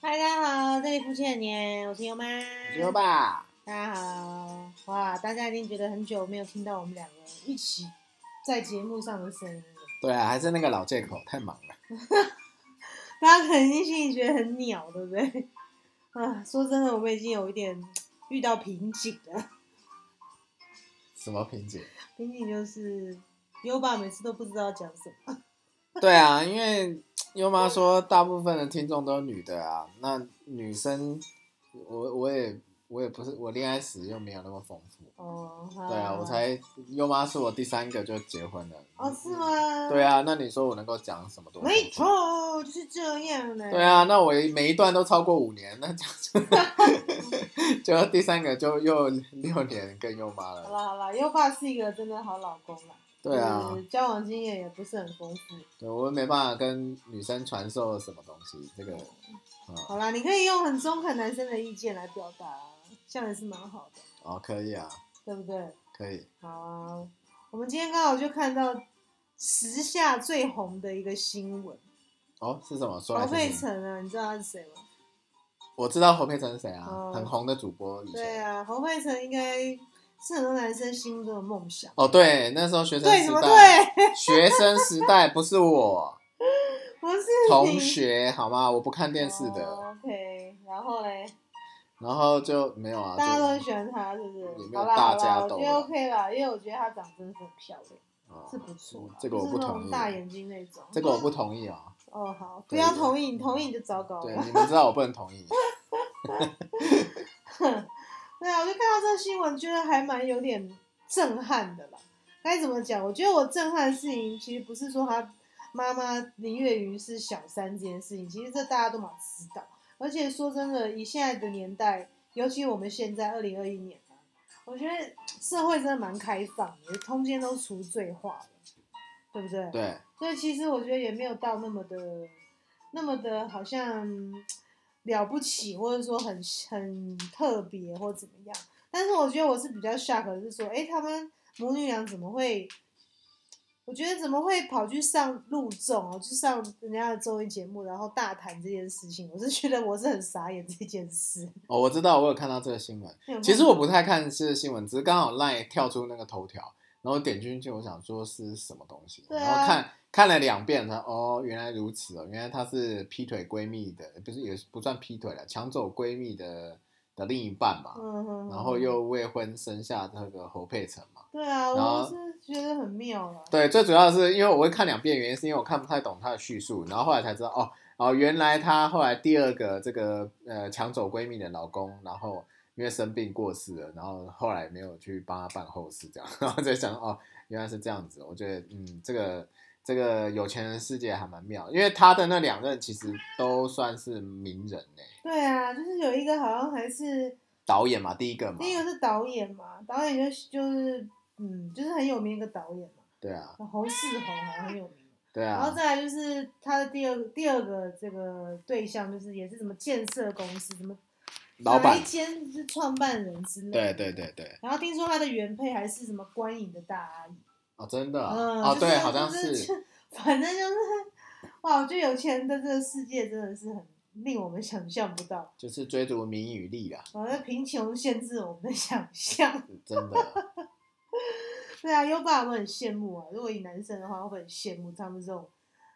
嗨，大家好，这里肤浅年，我是优妈。牛吧，大家好，哇，大家一定觉得很久没有听到我们两个一起在节目上的声音了，对啊，还是那个老借口，太忙了。大家肯定心里觉得很鸟，对不对？ 啊，说真的，我们已经有一点遇到瓶颈了。什么瓶颈？瓶颈就是优爸每次都不知道讲什么，对啊，因为优妈说大部分的听众都是女的啊，那女生，我我也我也不是我恋爱史又没有那么丰富。哦，好对啊，我才优妈是我第三个就结婚了。哦，是？吗？对啊，那你说我能够讲什么东西？没错，就是这样的。对啊，那我每一段都超过五年，那这样就 就第三个就又六年跟优妈好了。啦好啦，优爸是一个真的好老公啦。对啊，就是交往经验也不是很丰富。对，我没办法跟女生传授什么东西，这个，好嗯，啦，你可以用很中肯男生的意见来表达，这样也是蛮好的，哦，可以啊，对不对？可以，好啊，我们今天刚好就看到时下最红的一个新闻，哦，是什么？说侯来佩听听。岑啊，你知道他是谁吗？我知道侯佩岑是谁啊，哦很红的主播以前。对啊，侯佩岑应该是很多男生心目中的梦想。哦，对，那时候学生对时什么代，对？ 学生时代不是我不是同你学好吗？我不看电视的，哦 OK，然后嘞，然后就没有啊，大家都很就喜欢她，是不是也？没有好啦好大家啦，我都觉得啦 OK 啦，因为我觉得她长得真的是很漂亮。哦是不错啦，这个我就是不那同种意，大眼睛那种。这个 我不同意啊。哦，好，不对要同意，你同意你就糟糕对，了。你们知道我不能同 意。对啊，我就看到这个新闻，觉得还蛮有点震撼的啦。该怎么讲？我觉得我震撼的事情，其实不是说他妈妈林月云是小三这件事情，其实这大家都蛮知道。而且说真的，以现在的年代，尤其我们现在二零二一年啊，我觉得社会真的蛮开放的，通奸都除罪化了，对不对？对，所以其实我觉得也没有到那么的、那么的，好像了不起，或者说很很特别或怎么样。但是我觉得我是比较 shock 的是说，哎，他们母女俩怎么会？我觉得怎么会跑去上陆综哦，去上人家的综艺节目，然后大谈这件事情，我是觉得我是很傻眼这件事。哦，我知道，我有看到这个新闻。你有其看实我不太看是新闻，只是刚好 LINE 跳出那个头条，然后点进去，我想说是什么东西，对啊然后看看了两遍，然后哦，原来如此哦，原来她是劈腿闺蜜的，不是也不算劈腿了，抢走闺蜜的的另一半嘛，嗯哼，然后又未婚生下那个侯佩岑嘛。对啊，然我后是觉得很妙啊了。对，最主要是因为我会看两遍，原因是因为我看不太懂她的叙述，然后后来才知道哦哦，原来她后来第二个这个呃抢走闺蜜的老公，然后因为生病过世了，然后后来没有去帮她办后事，这样， 然后就想哦，原来是这样子，我觉得嗯，这个这个有钱人世界还蛮妙，因为她的那两任其实都算是名人呢、对啊，就是有一个好像还是导演嘛，第一个嘛，第一个是导演嘛，导演就是就是嗯，就是很有名一个导演嘛，对啊，侯世宏好像很有名。对然后啊，再来就是他的第二第二个这个对象，就是也是什么建设公司什么老哪板一，间是创办人之类。对。对对对，然后听说他的原配还是什么观影的大阿姨，哦，真的啊，嗯，哦就是对，好像。就是 就反正就是哇，我觉得有钱人在这个世界真的是很令我们想象不到，就是追逐名与利啦，啊好像贫穷限制我们的想象。真的。 对啊，优爸我很羡慕啊。如果以男生的话，我会很羡慕他们这种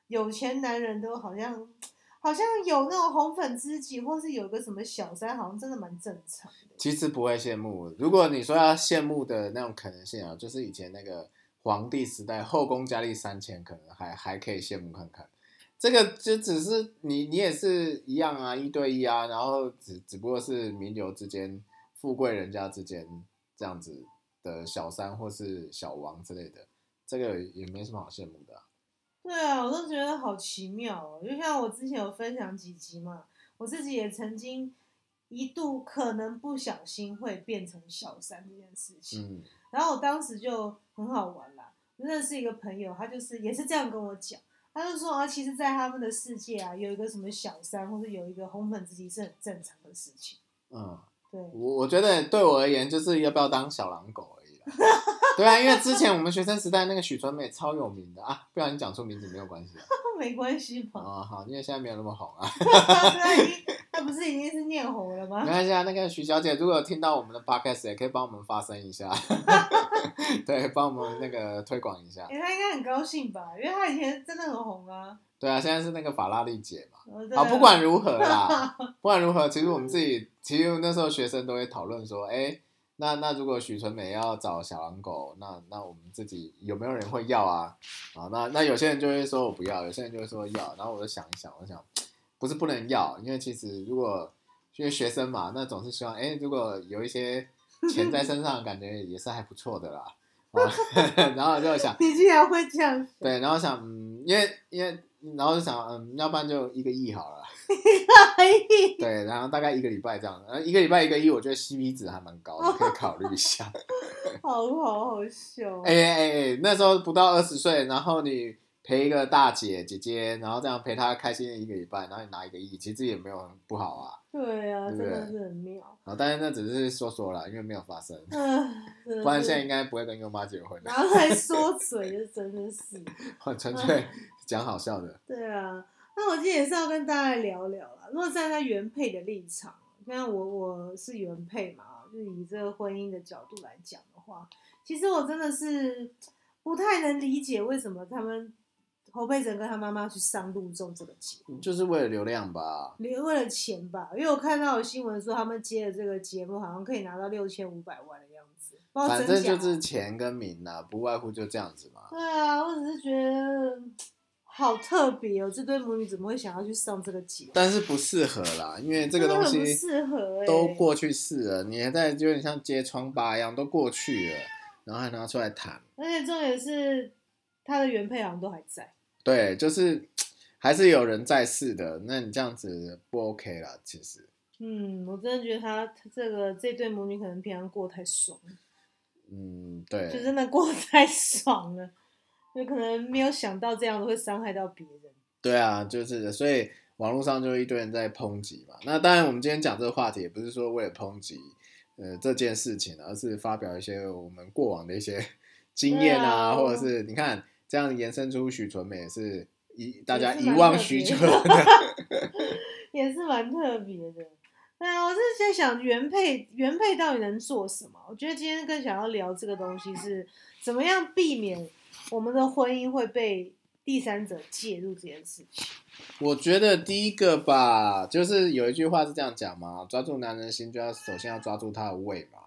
有钱男人，都好像好像有那种红粉知己，或是有个什么小三，好像真的蛮正常的。其实不会羡慕，如果你说要羡慕的那种可能性啊，就是以前那个皇帝时代后宫佳丽三千，可能还还可以羡慕看看。这个就只是你你也是一样啊，一对一啊，然后只只不过是名流之间、富贵人家之间这样子的小三或是小王之类的，这个也没什么好羡慕的啊、对啊，我都觉得好奇妙哦。就像我之前有分享几集嘛，我自己也曾经一度可能不小心会变成小三这件事情。嗯，然后我当时就很好玩啦，认识一个朋友，他就是也是这样跟我讲，他就说啊，其实，在他们的世界啊，有一个什么小三，或者有一个红粉知己是很正常的事情。嗯，对，我我觉得对我而言，就是要不要当小狼狗而已啦。 对啊，因为之前我们学生时代那个许纯美超有名的啊，不小心讲出名字没有关系啊。没关系吧？哦，好，因为现在没有那么红啊。他已经他不是已经是念红了没吗？关系啊，那个许小姐如果有听到我们的 podcast，也可以帮我们发声一下， 对，帮我们那个推广一下哎、。他应该很高兴吧？因为他以前真的很红啊。对啊，现在是那个法拉利姐嘛。哦好，啊不。管如何啦，不管如何，其实我们自己，其实那时候学生都会讨论说，哎、那那如果许纯美要找小狼狗，那那我们自己有没有人会要啊？啊，那那有些人就会说我不要，有些人就会说要，然后我就想一想，我想不是不能要，因为其实如果因为学生嘛，那总是希望，哎、如果有一些钱在身上，感觉也是还不错的啦。啊、 然后我就想，对你竟然会这样想，对，然后想，嗯，因为因为然后就想，嗯，要不然就一个亿好了。哎 对，然后大概一个礼拜这样，然后一个礼拜一个亿，我觉得 CP 值还蛮高 的，可以考虑一下。好好好笑。哎哎哎，那时候不到二十岁，然后你陪一个大姐姐姐，然后这样陪她开心一个礼拜，然后你拿一个亿，其实也没有很不好啊。对啊，真对不对的是很妙。啊，但是那只是说说了，因为没有发生，嗯，真的不然是啊现在应该不会跟优妈结婚了然。后还说嘴，就真的是。纯啊粹讲好笑的，对啊，那我今天也是要跟大家聊聊啦。如果站在原配的立场，那我我是原配嘛，就以这个婚姻的角度来讲的话，其实我真的是不太能理解为什么他们侯佩岑跟他妈妈去上路中这个节，就是为了流量吧。为为了钱吧。因为我看到有新闻说他们接了这个节目，好像可以拿到六千五百万的样子，不知道反哦真正假。就是钱跟名呐、不外乎就这样子嘛。对啊，我只是觉得好特别哦，这对母女怎么会想要去上这个节目？但是不适合啦，因为这真个的东很西不适合欸都过去式了，你还在就有点像揭疮疤一样，都过去了，然后还拿出来谈。而且重点是他的原配好像都还在，对，就是还是有人在世的，那你这样子不 OK 啦，其实。嗯，我真的觉得他他这个这对母女可能平常过得太爽了，嗯，对，就真的过得太爽了，就可能没有想到这样子会伤害到别人。对啊，就是的，所以网络上就一堆人在抨击嘛。那当然，我们今天讲这个话题，也不是说为了抨击呃这件事情，而是发表一些我们过往的 一些经验啊，对啊或者是你看这样延伸出许纯美也是一大家也是遗蛮忘特许别久的 的。也是蛮特别的。对啊，我是在想原配原配到底能做什么？我觉得今天更想要聊这个东西是怎么样避免我们的婚姻会被第三者介入这件事情。我觉得第一个吧，就是有一句话是这样讲嘛，抓住男人的心就要首先要抓住他的胃嘛。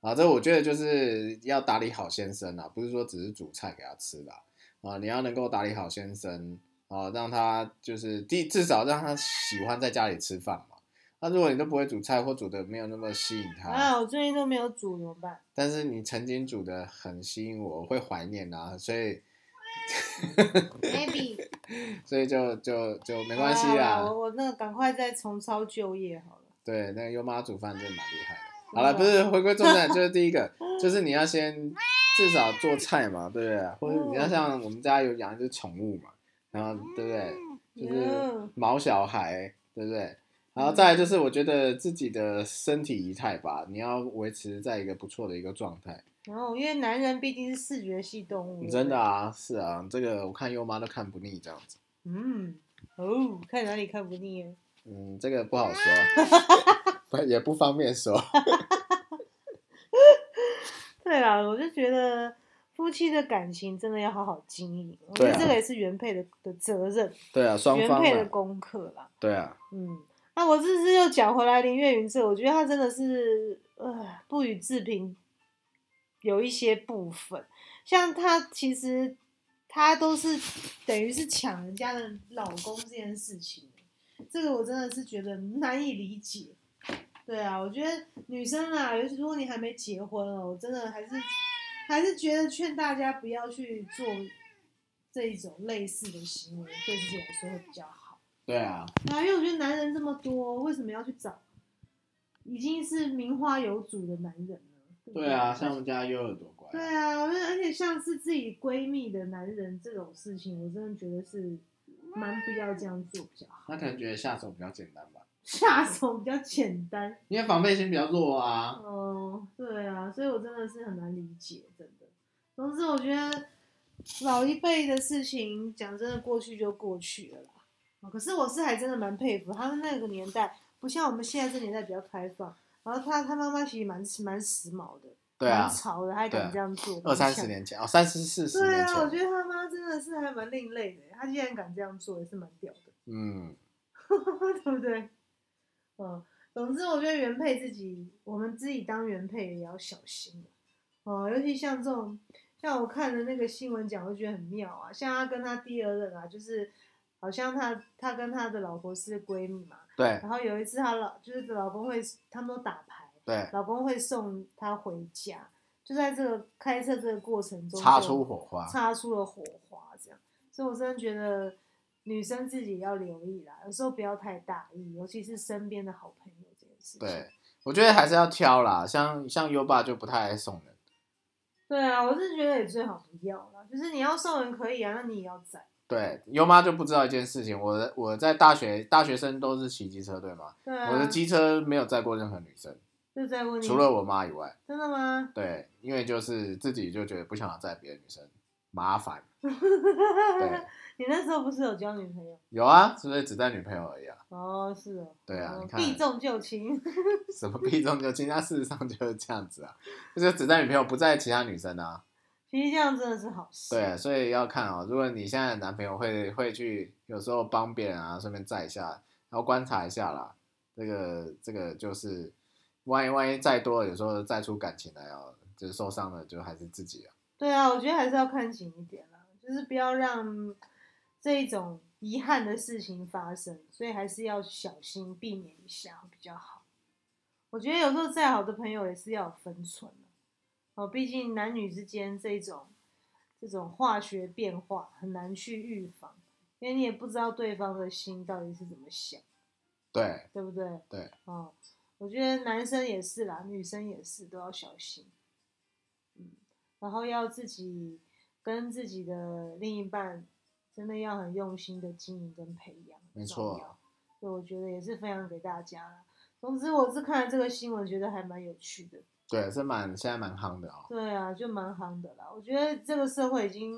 啊，这我觉得就是要打理好先生啊啦，不是说只是煮菜给他吃啦。啊，你要能够打理好先生啊，让他就是第至少让他喜欢在家里吃饭嘛。那、如果你都不会煮菜或煮的没有那么吸引他，啊，我最近都没有煮，怎么办？但是你曾经煮的很吸引我，我会怀念啊，所以 maybe 所以就就就 没关系啊啦。好啦我我那个赶快再重操旧业好了。对，那个优妈煮饭真的蛮厉害的。真的好了，不是回归正传，就是第一 个，就是你要先至少做菜嘛，对不对？或者嗯你要像我们家有养一只宠物嘛，然后对不对？就是嗯毛小孩，对不对？然后再来就是，我觉得自己的身体仪态吧，你要维持在一个不错的一个状态。然后，因为男人毕竟是视觉系动物，真的啊，是啊，这个我看优妈都看不腻这样子。嗯，哦，看哪里看不腻耶。嗯，这个不好说，不 也不方便说。对啦，我就觉得夫妻的感情真的要好好经营，我觉对得啊这个也是原配的的责任，对啊，双原方配的嘛，功课啦。对啊，嗯，那我这次又讲回来林月云这，我觉得她真的是呃不予置评，有一些部分，像她其实她都是等于是抢人家的老公这件事情，这个我真的是觉得难以理解。对啊，我觉得女生啊，尤其如果你还没结婚哦，我真的还是还是觉得劝大家不要去做这一种类似的行为，对自己来说会比较好。对啊。啊，因为我觉得男人这么多，为什么要去找已经是名花有主的男人呢？对不对啊，像我们家悠悠有多乖啊、对啊，我觉得而且像是自己闺蜜的男人这种事情，我真的觉得是蛮不要这样做比较好， 他可能觉得下手比较简单吧，下手比较简单。嗯因为防备心比较弱啊。哦，对啊，所以我真的是很难理解，真的。总之，我觉得老一辈的事情，讲真的，过去就过去了啦。哦可是我是还真的蛮佩服他们那个年代，不像我们现在这年代比较开放。然后他他妈妈其实蛮蛮时髦的，对啊蛮，潮的，还敢这样做，二三蛮十强年前哦，三十四十对年啊，我前，觉得他妈真的是还蛮另类的，她竟然敢这样做，也是蛮屌的，嗯， 对不对？嗯，总之我觉得原配自己，我们自己当原配也要小心哦、尤其像这种，像我看的那个新闻讲，我就觉得很妙啊，像她跟她第二任啊，就是好像她她跟她的老婆是闺蜜嘛，对然后有一次她老就是老公会，他们都打牌，对，老公会送她回家，就在这个开车这个过程中擦就出火花，擦出了火花，这样。所以我真的觉得女生自己要留意啦，有时候不要太大意，尤其是身边的好朋友这件事情。对，我觉得还是要挑啦，像像优爸就不太爱送人，对啊，我是觉得也最好不要啦，就是你要送人可以啊，那你也要在。对，优妈就不知道一件事情，我的我在大学大学生都是骑机车对吗？对啊，嗯我的机车没有载过任何女生，就在问你，除了我妈以外，真的吗？对，因为就是自己就觉得不想要载别的女生，麻 烦，对，你那时候不是有交女朋友？有啊，所以只带女朋友而已啊。哦，是哦。对啊哦你看避重就轻。 什么避重就轻，他事实上就是这样子啊，就是只在女朋友不在其他女生啊。其实这样真的是好事。对，所以要看哦，如果你现在的男朋友会会去有时候帮别人啊，顺便载一下，然后观察一下啦。这个这个就是，万一万一再多了，有时候再出感情来哦，就是受伤了就还是自己啊。对啊，我觉得还是要看紧一点啦，就是不要让这一种遗憾的事情发生，所以还是要小心避免一下比较好。我觉得有时候再好的朋友也是要有分寸的哦，毕竟男女之间这种这种化学变化很难去预防，因为你也不知道对方的心到底是怎么想，对对不对？对，哦，我觉得男生也是啦，女生也是都要小心，嗯，然后要自己跟自己的另一半真的要很用心的经营跟培养，没错重要，所以我觉得也是分享给大家啦。总之，我是看了这个新闻，觉得还蛮有趣的。对，是蛮现在蛮夯的哦。对啊，就蛮行的啦。我觉得这个社会已经，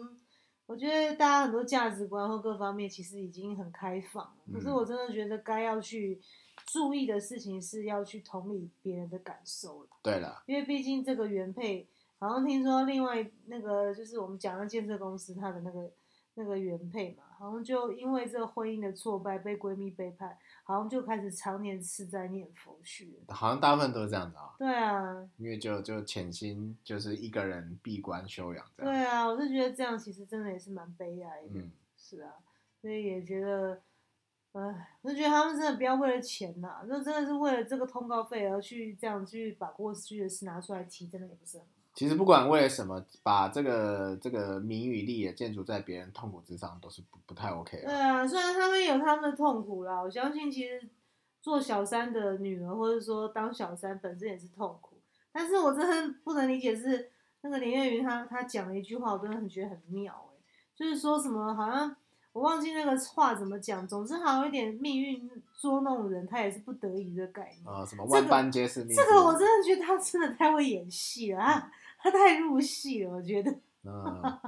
我觉得大家很多价值观或各方面其实已经很开放了。可是嗯我真的觉得该要去注意的事情是要去同理别人的感受了，对了，因为毕竟这个原配好像听说另外那个就是我们讲的建设公司他的那个那个原配嘛，好像就因为这个婚姻的挫败被闺蜜背叛，好像就开始常年吃斋念佛去了。好像大部分都是这样子啊、对啊，因为就就潜心就是一个人闭关修养这样。对啊，我是觉得这样其实真的也是蛮悲哀的。嗯，是啊，所以也觉得，唉，我就觉得他们真的不要为了钱呐、那真的是为了这个通告费而去这样去把过去的事拿出来提，真的也不是很好。其实不管为了什么，把这个这个名与利也建筑在别人痛苦之上，都是不不太 OK 对的。啊，虽然他们有他们的痛苦啦，我相信其实做小三的女儿，或者说当小三本身也是痛苦，但是我真的不能理解是那个林月云她她讲了一句话，我真的很觉得很妙哎、就是说什么好像我忘记那个话怎么讲，总之好像有一点命运捉弄人，她也是不得已的概念。呃，什么这万个般皆是命之这轮。个我真的觉得她真的太会演戏了，她她太入戏了，我觉得。嗯，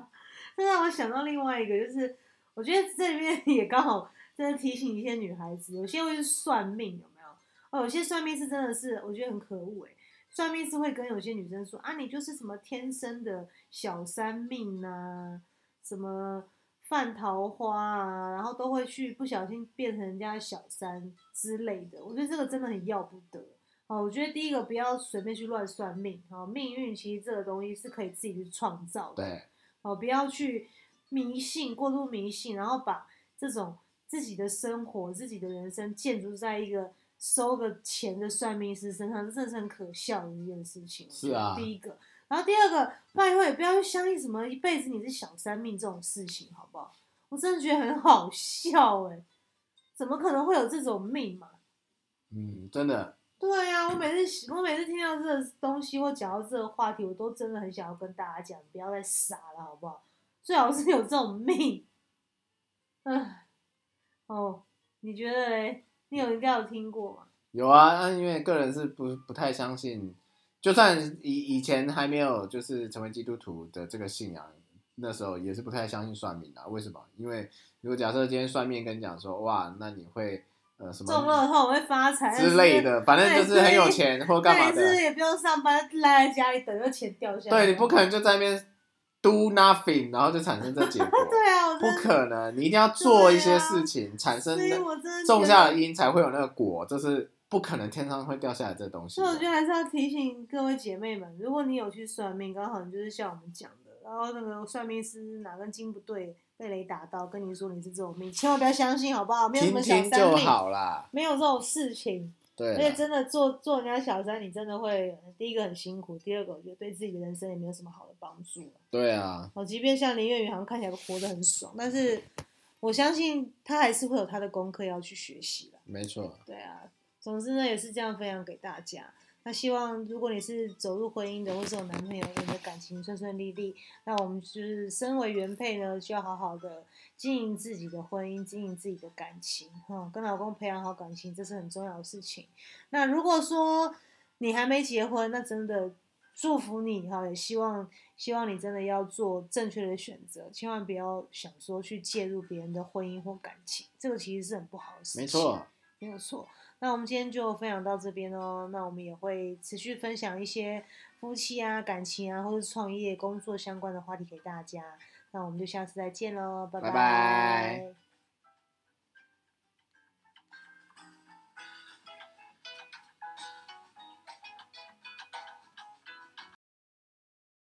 这让我想到另外一个，就是我觉得这里面 也刚好真的提醒一些女孩子，有些会去算命，有没有？哦，有些算命是真的是我觉得很可恶哎、算命是会跟有些女生说啊，你就是什么天生的小三命呐、什么犯桃花啊，然后都会去不小心变成人家的小三之类的。我觉得这个真的很要不得。哦，我觉得第一个不要随便去乱算命，哦，命运其实这个东西是可以自己去创造的。对哦，不要去迷信，过度迷信，然后把这种自己的生活、自己的人生建筑在一个收个钱的算命师身上，这真的是很可笑的一件事情。我是觉得啊第一个，然后第二个，拜托也不要去相信什么一辈子你是小三命这种事情，好不好？我真的觉得很好笑哎、怎么可能会有这种命嘛？嗯，真的，对啊呀、我每次我每次听到这个东西或讲到这个话题，我都真的很想要跟大家讲，不要再傻了，好不好？最好是有这种命。唉，哦，你觉得嘞？你有应该有听过吗？有啊，那因为个人是不不太相信就算以以前还没有就是成为基督徒的这个信仰，那时候也是不太相信算命的、啊为什么？因为如果假设今天算命跟你讲说，哇，那你会呃什中么乐透我会发财之类，的，反正就是很有钱或干嘛但的，是也不用上班，赖在家里等着钱掉下来。对你不可能就在那边 do nothing，然后就产生这结果， 对啊，我不真的，可能，你一定要做一些事情，产生所以那我真的种觉下得了因才会有那个果，这是不可能天上会掉下来这东西所以我觉得的。还是要提醒各位姐妹们，如果你有去算命，刚好你就是像我们讲的，然后那个算命师哪根筋不对，被雷打到，跟你说你是这种命，千万不要相信，好不好？没有什听么小听三就命，好啦，没有这种事情。对而且啦，真的做做人家小三，你真的会第一个很辛苦，第二个我觉得对自己的人生也没有什么好的帮助、对啊，哦，即便像林月云好像看起来活得很爽，但是我相信她还是会有她的功课要去学习的。没错，对啊，总之呢也是这样分享给大家。那希望如果你是走入婚姻的，或是有男朋友，你的感情顺顺利利。那我们就是身为原配呢，就要好好的经营自己的婚姻，经营自己的感情，哈、跟老公培养好感情，这是很重要的事情。那如果说你还没结婚，那真的祝福你哈，也希望希望你真的要做正确的选择，千万不要想说去介入别人的婚姻或感情，这个其实是很不好的事情。没错，没有错。那我们今天就分享到这边哦。那我们也会持续分享一些夫妻啊、感情啊，或者创业、工作相关的话题给大家。那我们就下次再见喽，拜拜拜